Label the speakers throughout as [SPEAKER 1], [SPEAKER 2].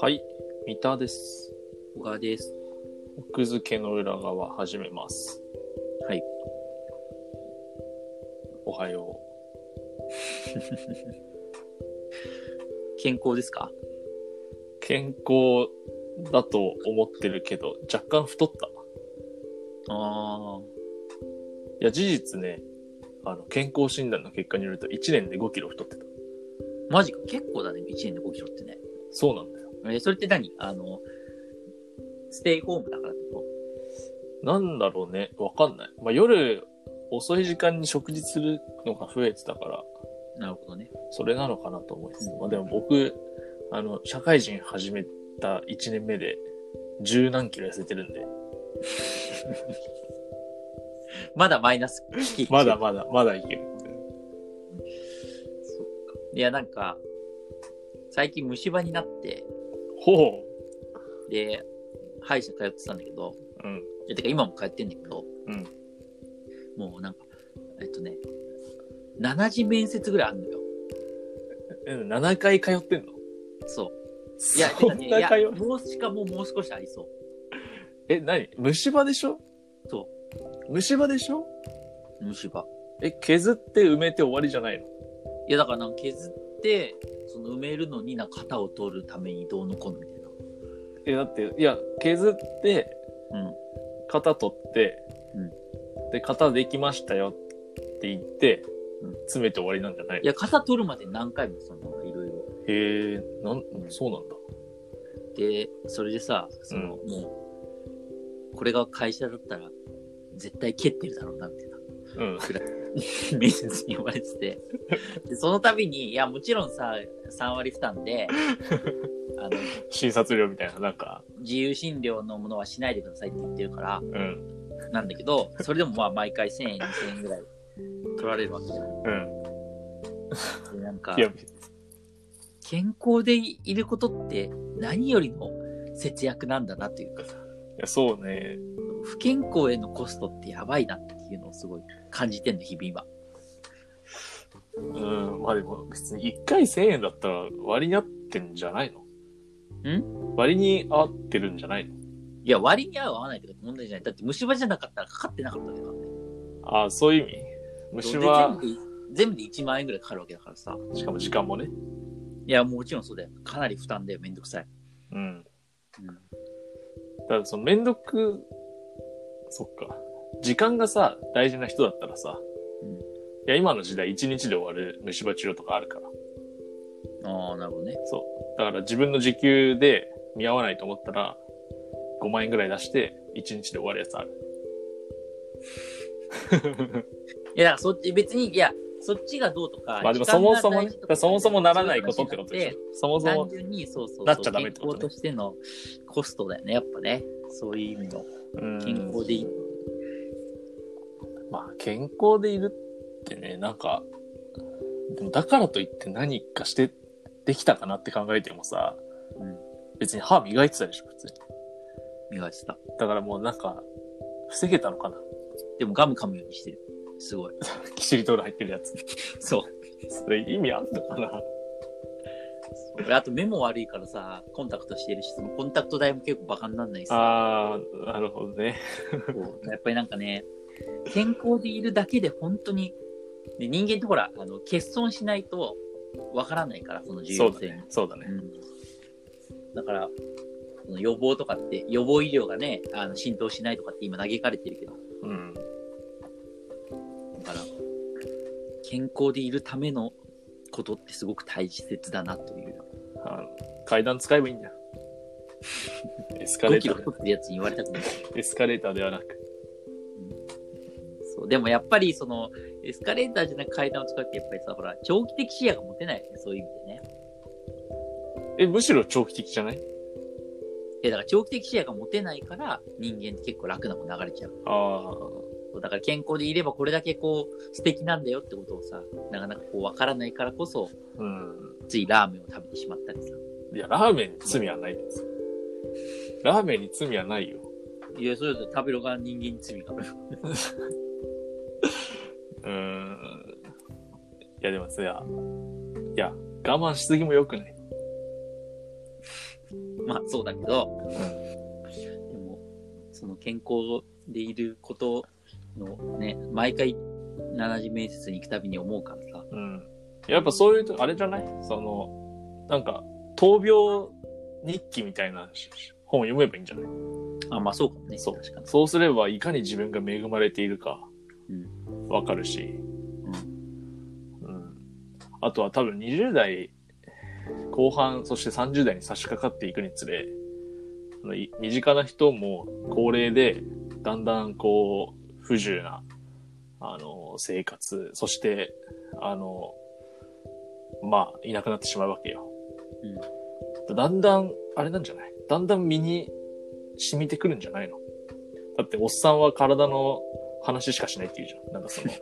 [SPEAKER 1] はい、三田です。
[SPEAKER 2] 小川です。
[SPEAKER 1] 奥付けの裏側始めます。
[SPEAKER 2] はい。
[SPEAKER 1] おはよ
[SPEAKER 2] 健康ですか
[SPEAKER 1] う。健康だと思ってるけど、若干太った。い
[SPEAKER 2] ああ。
[SPEAKER 1] や、事実ね、あの、健康診断の結果によると1年で5キロ太ってた。
[SPEAKER 2] マジか。結構だね。1年で5キロってね。
[SPEAKER 1] そうなんだよ。
[SPEAKER 2] え、それって何あの、ステイホームだからってこ
[SPEAKER 1] なんだろうね、わかんない。まあ、夜遅い時間に食事するのが増えてたから、
[SPEAKER 2] となるほどね。
[SPEAKER 1] それなのかなと思います。
[SPEAKER 2] うん
[SPEAKER 1] まあでも僕、あの、社会人始めた1年目で、十何キロ痩せてるんで、
[SPEAKER 2] まだマイナス。
[SPEAKER 1] まだまだ、まだいける。
[SPEAKER 2] いや、なんか、最近虫歯になって、
[SPEAKER 1] ほ
[SPEAKER 2] で、歯医者通ってたんだけど、
[SPEAKER 1] う。うん。
[SPEAKER 2] いや、てか今も通ってんだけど、
[SPEAKER 1] うん。
[SPEAKER 2] もうなんか、えっとね、7次面接ぐらいあるのよ。
[SPEAKER 1] え7回通ってんの
[SPEAKER 2] そう。いや、て
[SPEAKER 1] そ
[SPEAKER 2] か
[SPEAKER 1] ん
[SPEAKER 2] ね、い
[SPEAKER 1] な
[SPEAKER 2] や
[SPEAKER 1] 通う、
[SPEAKER 2] もうしかももう少しありそう。
[SPEAKER 1] え、何虫歯でしょ。
[SPEAKER 2] そう
[SPEAKER 1] 虫歯でしょ
[SPEAKER 2] 虫歯。
[SPEAKER 1] え、削って埋めて終わりじゃないの
[SPEAKER 2] いやだからなんか削ってその埋めるのになんか型を取るためにどうのこうのみたいな。
[SPEAKER 1] え、だって、いや、削って、
[SPEAKER 2] うん。
[SPEAKER 1] 型取って、
[SPEAKER 2] うん
[SPEAKER 1] で、型できましたよって言って、
[SPEAKER 2] うん
[SPEAKER 1] 詰めて終わりなんじゃない
[SPEAKER 2] いや型取るまで何回もそのいろいろ。
[SPEAKER 1] へえ、なん、そうなんだ。
[SPEAKER 2] でそれでさその、もうこれが会社だったら絶対蹴ってるだろうなみたいな
[SPEAKER 1] うん。
[SPEAKER 2] 面接に呼ばれててでその度にいやもちろんさ3割負担 であの
[SPEAKER 1] 診察料みたいな、なんか。
[SPEAKER 2] 自由診療のものはしないでくださいって言ってるから
[SPEAKER 1] うん。
[SPEAKER 2] なんだけどそれでもまあ毎回1000円2000円ぐらい取られるわけじゃん
[SPEAKER 1] うん。
[SPEAKER 2] でなんか
[SPEAKER 1] いや、
[SPEAKER 2] 健康でいることって何よりの節約なんだなというかさ
[SPEAKER 1] いやそうね。
[SPEAKER 2] 不健康へのコストってやばいなっていうのをすごい感じてんの日々今
[SPEAKER 1] うん。まあでも、別に1回1000円だったら割に合ってんじゃないのん割に合ってるんじゃないの
[SPEAKER 2] いや割に合う合わないとかって問題じゃないだって虫歯じゃなかったらかかってなかったわけだからね
[SPEAKER 1] ああ、そういう意味虫
[SPEAKER 2] で
[SPEAKER 1] 歯、
[SPEAKER 2] 全部で全部で1万円ぐらいかかるわけだからさ
[SPEAKER 1] しかも時間もね。
[SPEAKER 2] いやもちろんそうだよかなり負担でめんどくさい、
[SPEAKER 1] うん。
[SPEAKER 2] うん
[SPEAKER 1] だからそのめんどく、そっか。時間がさ、大事な人だったらさ、
[SPEAKER 2] うん
[SPEAKER 1] いや、今の時代1日で終わる虫歯治療とかあるから。
[SPEAKER 2] ああなるほどね
[SPEAKER 1] そう。だから自分の時給で見合わないと思ったら、5万円ぐらい出して、1日で終わるや つある。
[SPEAKER 2] いやだからそっち別にいやそっちがどうとか
[SPEAKER 1] まあでも
[SPEAKER 2] 時間
[SPEAKER 1] そ
[SPEAKER 2] が
[SPEAKER 1] もそも
[SPEAKER 2] 大
[SPEAKER 1] ね、だ
[SPEAKER 2] 事と
[SPEAKER 1] か
[SPEAKER 2] から
[SPEAKER 1] そもそもならないことってこと
[SPEAKER 2] そういう話
[SPEAKER 1] で
[SPEAKER 2] じゃなく
[SPEAKER 1] しょ。そもそ
[SPEAKER 2] 単
[SPEAKER 1] も、
[SPEAKER 2] 純にそうそうそう
[SPEAKER 1] なっちゃダメってことね
[SPEAKER 2] 健康としてのコストだよねやっぱねそういう意味の
[SPEAKER 1] うん
[SPEAKER 2] 健康でいい
[SPEAKER 1] まあ健康でいるってね、なんか、でもだからといって何かしてできたかなって考えてもさ、
[SPEAKER 2] うん
[SPEAKER 1] 別に歯磨いてたでしょ、普通に。
[SPEAKER 2] 磨いてた
[SPEAKER 1] だからもうなんか、防げたのかな。
[SPEAKER 2] でもガム噛むようにしてる すごい
[SPEAKER 1] キシリトール入ってるやつ。
[SPEAKER 2] そう
[SPEAKER 1] それ意味あんのかな
[SPEAKER 2] 俺あと目も悪いからさコンタクトしてるしそのコンタクト代も結構バカになんないしさ
[SPEAKER 1] ああ、なるほどね。
[SPEAKER 2] こうやっぱりなんかね健康でいるだけで本当にで人間ってほらあの欠損しないとわからないからその重
[SPEAKER 1] そ
[SPEAKER 2] 要
[SPEAKER 1] うだ
[SPEAKER 2] 性
[SPEAKER 1] ね。そうだね。
[SPEAKER 2] うんだから、その予防とかって、予防医療がね、あの浸透しないとかって今嘆かれてるけど、
[SPEAKER 1] うん。
[SPEAKER 2] だから、健康でいるためのことってすごく大切だなという。
[SPEAKER 1] あの階段使えばいいんだよ。エスカレ
[SPEAKER 2] 5
[SPEAKER 1] ー
[SPEAKER 2] キ
[SPEAKER 1] タ
[SPEAKER 2] ロ太
[SPEAKER 1] ー、
[SPEAKER 2] ってるやつに言われたくない。
[SPEAKER 1] エスカレーターではなく。
[SPEAKER 2] そう。でもやっぱり、その、エスカレーターじゃなく階段を使うって、やっぱりさ、ほら、長期的視野が持てないよね、そういう意味でね。
[SPEAKER 1] え、むしろ長期的じゃない
[SPEAKER 2] え、だから長期的視野が持てないから、人間って結構楽なもん流れちゃう。
[SPEAKER 1] ああ、
[SPEAKER 2] そうだから健康でいればこれだけこう素敵なんだよってことをさなかなかこう分からないからこそ
[SPEAKER 1] うん。
[SPEAKER 2] ついラーメンを食べてしまったりさ
[SPEAKER 1] いや、ラーメンに罪はないです。ラーメンに罪はないよ。
[SPEAKER 2] いやそういう食べる側人間に罪がある
[SPEAKER 1] うーん。いや、でもさ、いや、いや我慢しすぎも良くない。
[SPEAKER 2] まあそうだけど、でも、その健康でいることのね、毎回、七次面接に行くたびに思うからさ。
[SPEAKER 1] うん。やっぱそういうと、あれじゃないその、なんか、闘病日記みたいな本を読めばいいんじゃない
[SPEAKER 2] あ、まあそうかもね。
[SPEAKER 1] そう
[SPEAKER 2] 確かに。
[SPEAKER 1] そうすれば、いかに自分が恵まれているか
[SPEAKER 2] うん、
[SPEAKER 1] わかるし。うん。あとは多分20代後半、そして30代に差し掛かっていくにつれ、あのい身近な人も高齢で、だんだんこう、不自由な、あの、生活、そして、あの、まあ、いなくなってしまうわけよ。だんだん、あれなんじゃないだんだん身に染みてくるんじゃないのだって、おっさんは体の話しかしないっていうじゃん。なんか その、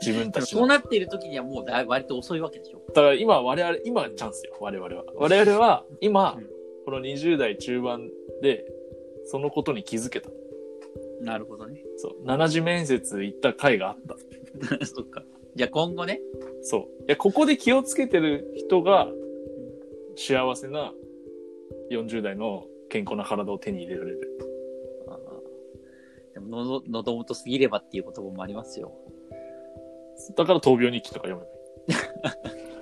[SPEAKER 1] 自分
[SPEAKER 2] で
[SPEAKER 1] た
[SPEAKER 2] も
[SPEAKER 1] ち
[SPEAKER 2] そ
[SPEAKER 1] の
[SPEAKER 2] う。なっている時にはもうだい割と遅いわけでしょ。
[SPEAKER 1] だから今我々、今はチャンスよ、我々は。我々は今
[SPEAKER 2] うん、
[SPEAKER 1] この20代中盤で、そのことに気づけた。
[SPEAKER 2] なるほどね。
[SPEAKER 1] そう。7次面接行った回があった。
[SPEAKER 2] そっか。じゃあ今後ね、
[SPEAKER 1] そう。いや、ここで気をつけてる人が、幸せな40代の健康な体を手に入れられる。
[SPEAKER 2] あーでも喉喉元すぎればっていう言葉もありますよ。
[SPEAKER 1] だから闘病日記とか読めばいい。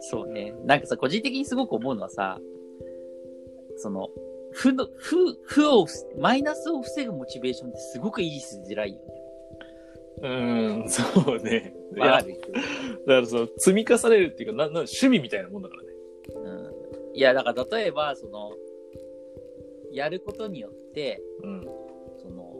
[SPEAKER 2] そうね。なんかさ、個人的にすごく思うのはさ、その、負の、負、負を防、マイナスを防ぐモチベーションってすごく維持しづらいよね。
[SPEAKER 1] うーん、そうね。い
[SPEAKER 2] わ
[SPEAKER 1] や
[SPEAKER 2] か、る
[SPEAKER 1] だからその積み重ねるっていうか、な、な、趣味みたいなもんだからね。
[SPEAKER 2] うん。いや、だから例えば、その、やることによって、
[SPEAKER 1] うん。
[SPEAKER 2] その、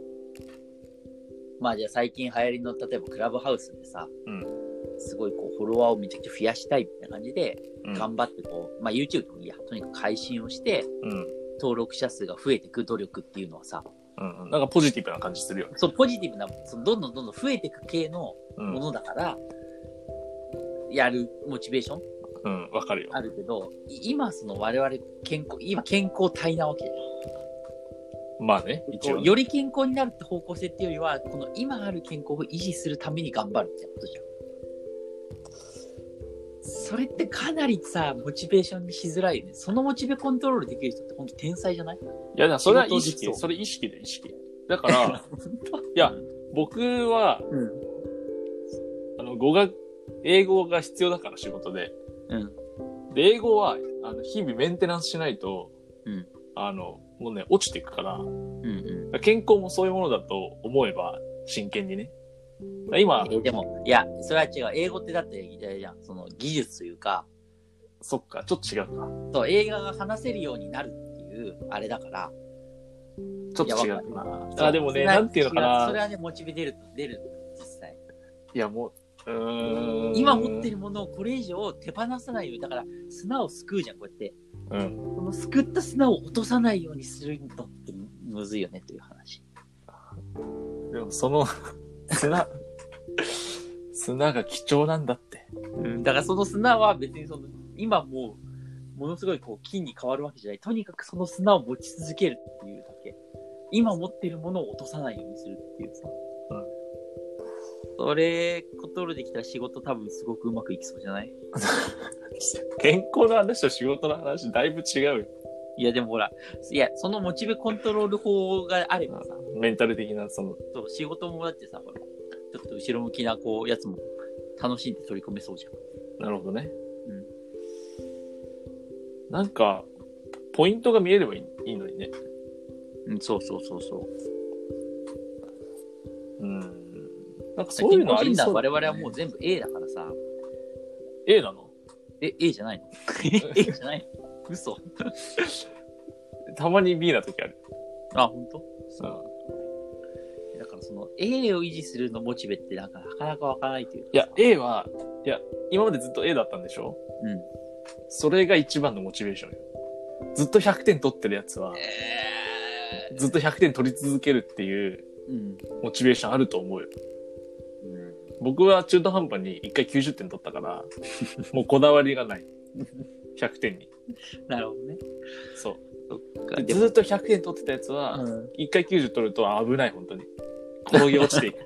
[SPEAKER 2] まあじゃあ最近流行りの、例えばクラブハウスでさ、
[SPEAKER 1] うん
[SPEAKER 2] すごいこうフォロワーをめちゃくちゃ増やしたいみたいな感じで、
[SPEAKER 1] うん
[SPEAKER 2] 頑張ってこう、まあ YouTube でもいいや、とにかく配信をして、
[SPEAKER 1] うん。
[SPEAKER 2] 登録者数が増えていく努力っていうのはさ、
[SPEAKER 1] うん。なんかポジティブな感じするよね。
[SPEAKER 2] そうポジティブな、そのどんどんどんどん増えていく系の
[SPEAKER 1] う
[SPEAKER 2] も
[SPEAKER 1] ん。
[SPEAKER 2] のだから、やるモチベーション
[SPEAKER 1] うん、わかるよ。
[SPEAKER 2] あるけど、い今その我々健康、今健康体なわけじゃん
[SPEAKER 1] まあね、一
[SPEAKER 2] こ
[SPEAKER 1] 応
[SPEAKER 2] う
[SPEAKER 1] ね。
[SPEAKER 2] より健康になるって方向性っていうよりは、この今ある健康を維持するために頑張るってことじゃん。それってかなりさ、モチベーションにしづらいよね。そのモチベコントロールできる人って本当天才じゃない
[SPEAKER 1] いや、だからそれは意
[SPEAKER 2] 仕事できそ
[SPEAKER 1] 識。
[SPEAKER 2] う
[SPEAKER 1] それ意識で意識。だ から、い
[SPEAKER 2] 本
[SPEAKER 1] や、僕は、
[SPEAKER 2] 当うん。
[SPEAKER 1] あの、語学、英語が必要だから仕事で。
[SPEAKER 2] うん。
[SPEAKER 1] で、英語は、あの、日々メンテナンスしないと、
[SPEAKER 2] うん
[SPEAKER 1] あの、もうね、落ちていくから、
[SPEAKER 2] うんうん。
[SPEAKER 1] 健康もそういうものだと思えば、真剣にね。だから今、
[SPEAKER 2] えーでも、いや、それは違う。英語ってだって、あれじゃん。その技術というか、
[SPEAKER 1] そっか、ちょっと違うか。
[SPEAKER 2] そう、映画が話せるようになるっていう、あれだから。
[SPEAKER 1] ちょっと
[SPEAKER 2] い
[SPEAKER 1] 違
[SPEAKER 2] やわか
[SPEAKER 1] う
[SPEAKER 2] る
[SPEAKER 1] な。
[SPEAKER 2] そう
[SPEAKER 1] あ、でもね、
[SPEAKER 2] それは
[SPEAKER 1] なんていうのか
[SPEAKER 2] 違それ
[SPEAKER 1] な。
[SPEAKER 2] はね、モチベ出る、出る、実際。
[SPEAKER 1] いや、もう、うーん。
[SPEAKER 2] 今持ってるものをこれ以上手放さないように、だから砂をすくうじゃん、こうやって。
[SPEAKER 1] うん。
[SPEAKER 2] このすくった砂を落とさないようにするのってむずいよねという話。
[SPEAKER 1] でも、その、 砂、砂が貴重なんだって。
[SPEAKER 2] うん、だからその砂は別にその、今もう、ものすごいこう金に変わるわけじゃない。とにかくその砂を持ち続けるっていうだけ。今持ってるものを落とさないようにするっていう
[SPEAKER 1] う
[SPEAKER 2] さ。
[SPEAKER 1] ん
[SPEAKER 2] それ、コントロールできたら仕事多分すごくうまくいきそうじゃない
[SPEAKER 1] 健康の話と仕事の話、だいぶ違うよ。
[SPEAKER 2] いやでもほら、いや、そのモチベコントロール法があればさ、
[SPEAKER 1] メンタル的な、その、
[SPEAKER 2] そう、仕事もだってさ、ほら、ちょっと後ろ向きな、こう、やつも楽しんで取り込めそうじゃん。
[SPEAKER 1] なるほどね。なんか、ポイントが見えればいいいいのにね。
[SPEAKER 2] うん。そうそうそうそう。
[SPEAKER 1] うん。なんか
[SPEAKER 2] そ
[SPEAKER 1] そうう
[SPEAKER 2] い
[SPEAKER 1] いうう
[SPEAKER 2] の
[SPEAKER 1] の
[SPEAKER 2] あ
[SPEAKER 1] あ
[SPEAKER 2] り
[SPEAKER 1] りそうだ
[SPEAKER 2] 我
[SPEAKER 1] ね、
[SPEAKER 2] 々はもう全部 A だからさ、
[SPEAKER 1] A なの
[SPEAKER 2] え、A じゃない の ?A じゃないの嘘。
[SPEAKER 1] たまに B な時ある。
[SPEAKER 2] あ、本当？
[SPEAKER 1] うん。
[SPEAKER 2] だからその A を維持するのモチベってなんかなかなかわからないというか。
[SPEAKER 1] いや、、A は、いや、今までずっと A だったんでしょ
[SPEAKER 2] うん。
[SPEAKER 1] それが一番のモチベーションよ。ずっと100点取ってるやつは、
[SPEAKER 2] え
[SPEAKER 1] ずっと100点取り続けるっていう
[SPEAKER 2] うん。
[SPEAKER 1] モチベーションあると思うよ。僕は中途半端に1回90点取った から、もうこだわりがない。100点に。
[SPEAKER 2] なるほどね。
[SPEAKER 1] そう。
[SPEAKER 2] そっか
[SPEAKER 1] でずっと100点取ってたやつは、
[SPEAKER 2] うん
[SPEAKER 1] 一回90取ると危ない、本当に。転げ落ちていく。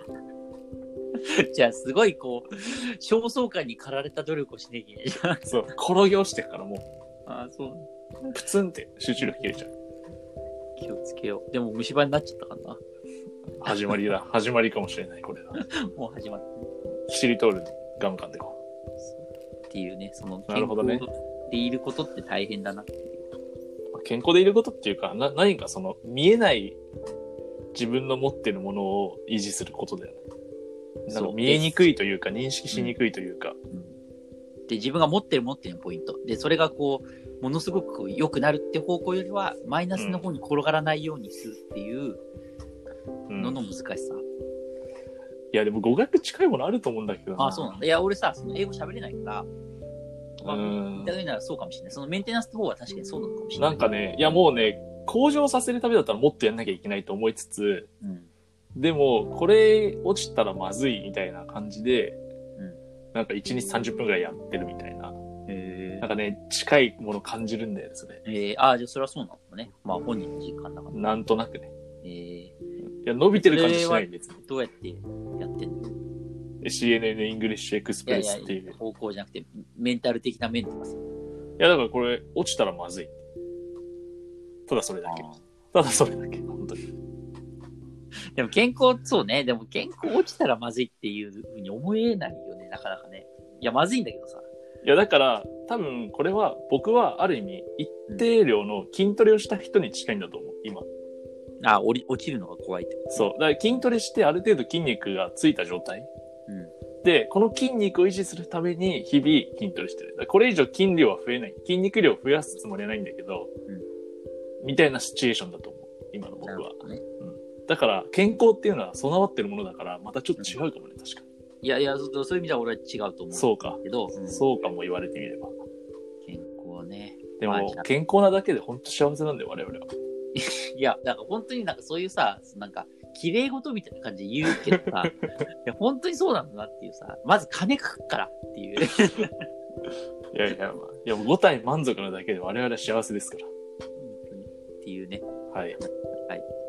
[SPEAKER 2] じゃあ、すごい、こう、焦燥感に駆られた努力をしなきゃいけないじゃん。
[SPEAKER 1] そう、転げ落ちてからも
[SPEAKER 2] ああ、そう。
[SPEAKER 1] う、プツンって集中力切れちゃう。
[SPEAKER 2] 気をつけよう。でも、虫歯になっちゃったかな。
[SPEAKER 1] 始まりだ。始まりかもしれない、これだ。
[SPEAKER 2] もう始まってる。
[SPEAKER 1] キシリトールにガム噛んでこ
[SPEAKER 2] っていうね、その、
[SPEAKER 1] なるほどね
[SPEAKER 2] 健康でいることって大変だなっていう。
[SPEAKER 1] う。健康でいることっていうか、な、何かその、見えない自分の持ってるものを維持することだよね。なんか
[SPEAKER 2] そう
[SPEAKER 1] 見えにくいというか、認識しにくいというか、
[SPEAKER 2] うんで、自分が持ってる持ってるのポイント。で、それがこう、ものすごくこう良くなるって方向よりは、マイナスの方に転がらないようにするっていう
[SPEAKER 1] うん
[SPEAKER 2] のの
[SPEAKER 1] い
[SPEAKER 2] 難しさ。
[SPEAKER 1] や、でも語学近いものあると思うんだけど
[SPEAKER 2] ああ、そうなんだ。いや、俺さ、その英語喋れないから、まあ、
[SPEAKER 1] うん
[SPEAKER 2] 言ったならそうかもしれない。そのメンテナンスの方は確かにそうなのかもしれな。
[SPEAKER 1] ないんかね、いやもうね、向上させるためだったらもっとやんなきゃいけないと思いつつ、
[SPEAKER 2] うん。
[SPEAKER 1] でも、これ落ちたらまずいみたいな感じで、
[SPEAKER 2] うん
[SPEAKER 1] なんか1日30分ぐらいやってるみたいな。
[SPEAKER 2] へ
[SPEAKER 1] なんかね、近いもの感じるんだよね、それ。
[SPEAKER 2] えー、ああ、じゃあそれはそうなのね。まあ本人の実感だから。
[SPEAKER 1] なんとなくね。
[SPEAKER 2] え
[SPEAKER 1] いや、伸びてる感じしない、別に。
[SPEAKER 2] ー、どうやってやってんの
[SPEAKER 1] CNN イングリッシュエクスプ
[SPEAKER 2] いや
[SPEAKER 1] レ
[SPEAKER 2] い
[SPEAKER 1] スっていう。い
[SPEAKER 2] や、方向じゃなくて、メンタル的な面とかさ。
[SPEAKER 1] や、だからこれ、落ちたらまずい。ただそれだけ。
[SPEAKER 2] あ
[SPEAKER 1] ただそれだけ。本当に。
[SPEAKER 2] ーでも健康、そうね。でも健康落ちたらまずいっていうふうに思えないよね、なかなかね。いや、まずいんだけどさ。
[SPEAKER 1] いや、だから、多分これは、僕はある意味、一定量の筋トレをした人に近いんだと思う、今。
[SPEAKER 2] ああ、降り落ちるのが怖いってこと。
[SPEAKER 1] そう。だから筋トレしてある程度筋肉がついた状態。
[SPEAKER 2] うん。
[SPEAKER 1] で、この筋肉を維持するために日々筋トレしてる。だからこれ以上筋量は増えない。筋肉量を増やすつもりはないんだけど、みたいなシチュエーションだと思う。今の僕
[SPEAKER 2] なる
[SPEAKER 1] は
[SPEAKER 2] ほ。どね。
[SPEAKER 1] だから、健康っていうのは備わってるものだから、またちょっと違うかもね、確か
[SPEAKER 2] いやいや、そそういう意味では俺は違うと思う。
[SPEAKER 1] に。そうか。
[SPEAKER 2] けど、うん
[SPEAKER 1] そうかも言われてみれば。
[SPEAKER 2] 健康ね。
[SPEAKER 1] で
[SPEAKER 2] まあ
[SPEAKER 1] も
[SPEAKER 2] じゃあ、
[SPEAKER 1] 健康なだけで本当幸せなんだよ、我々は。
[SPEAKER 2] いや、なんか本当になんかそういうさ、なんか、綺麗事みたいな感じで言うけど さ、いや、本当にそうなんだなっていうさ、まず金かくからっていう。
[SPEAKER 1] い やいや、まあ、いや、5体満足なだけで我々は幸せですから。
[SPEAKER 2] 本当にっていうね。
[SPEAKER 1] はい。
[SPEAKER 2] はい。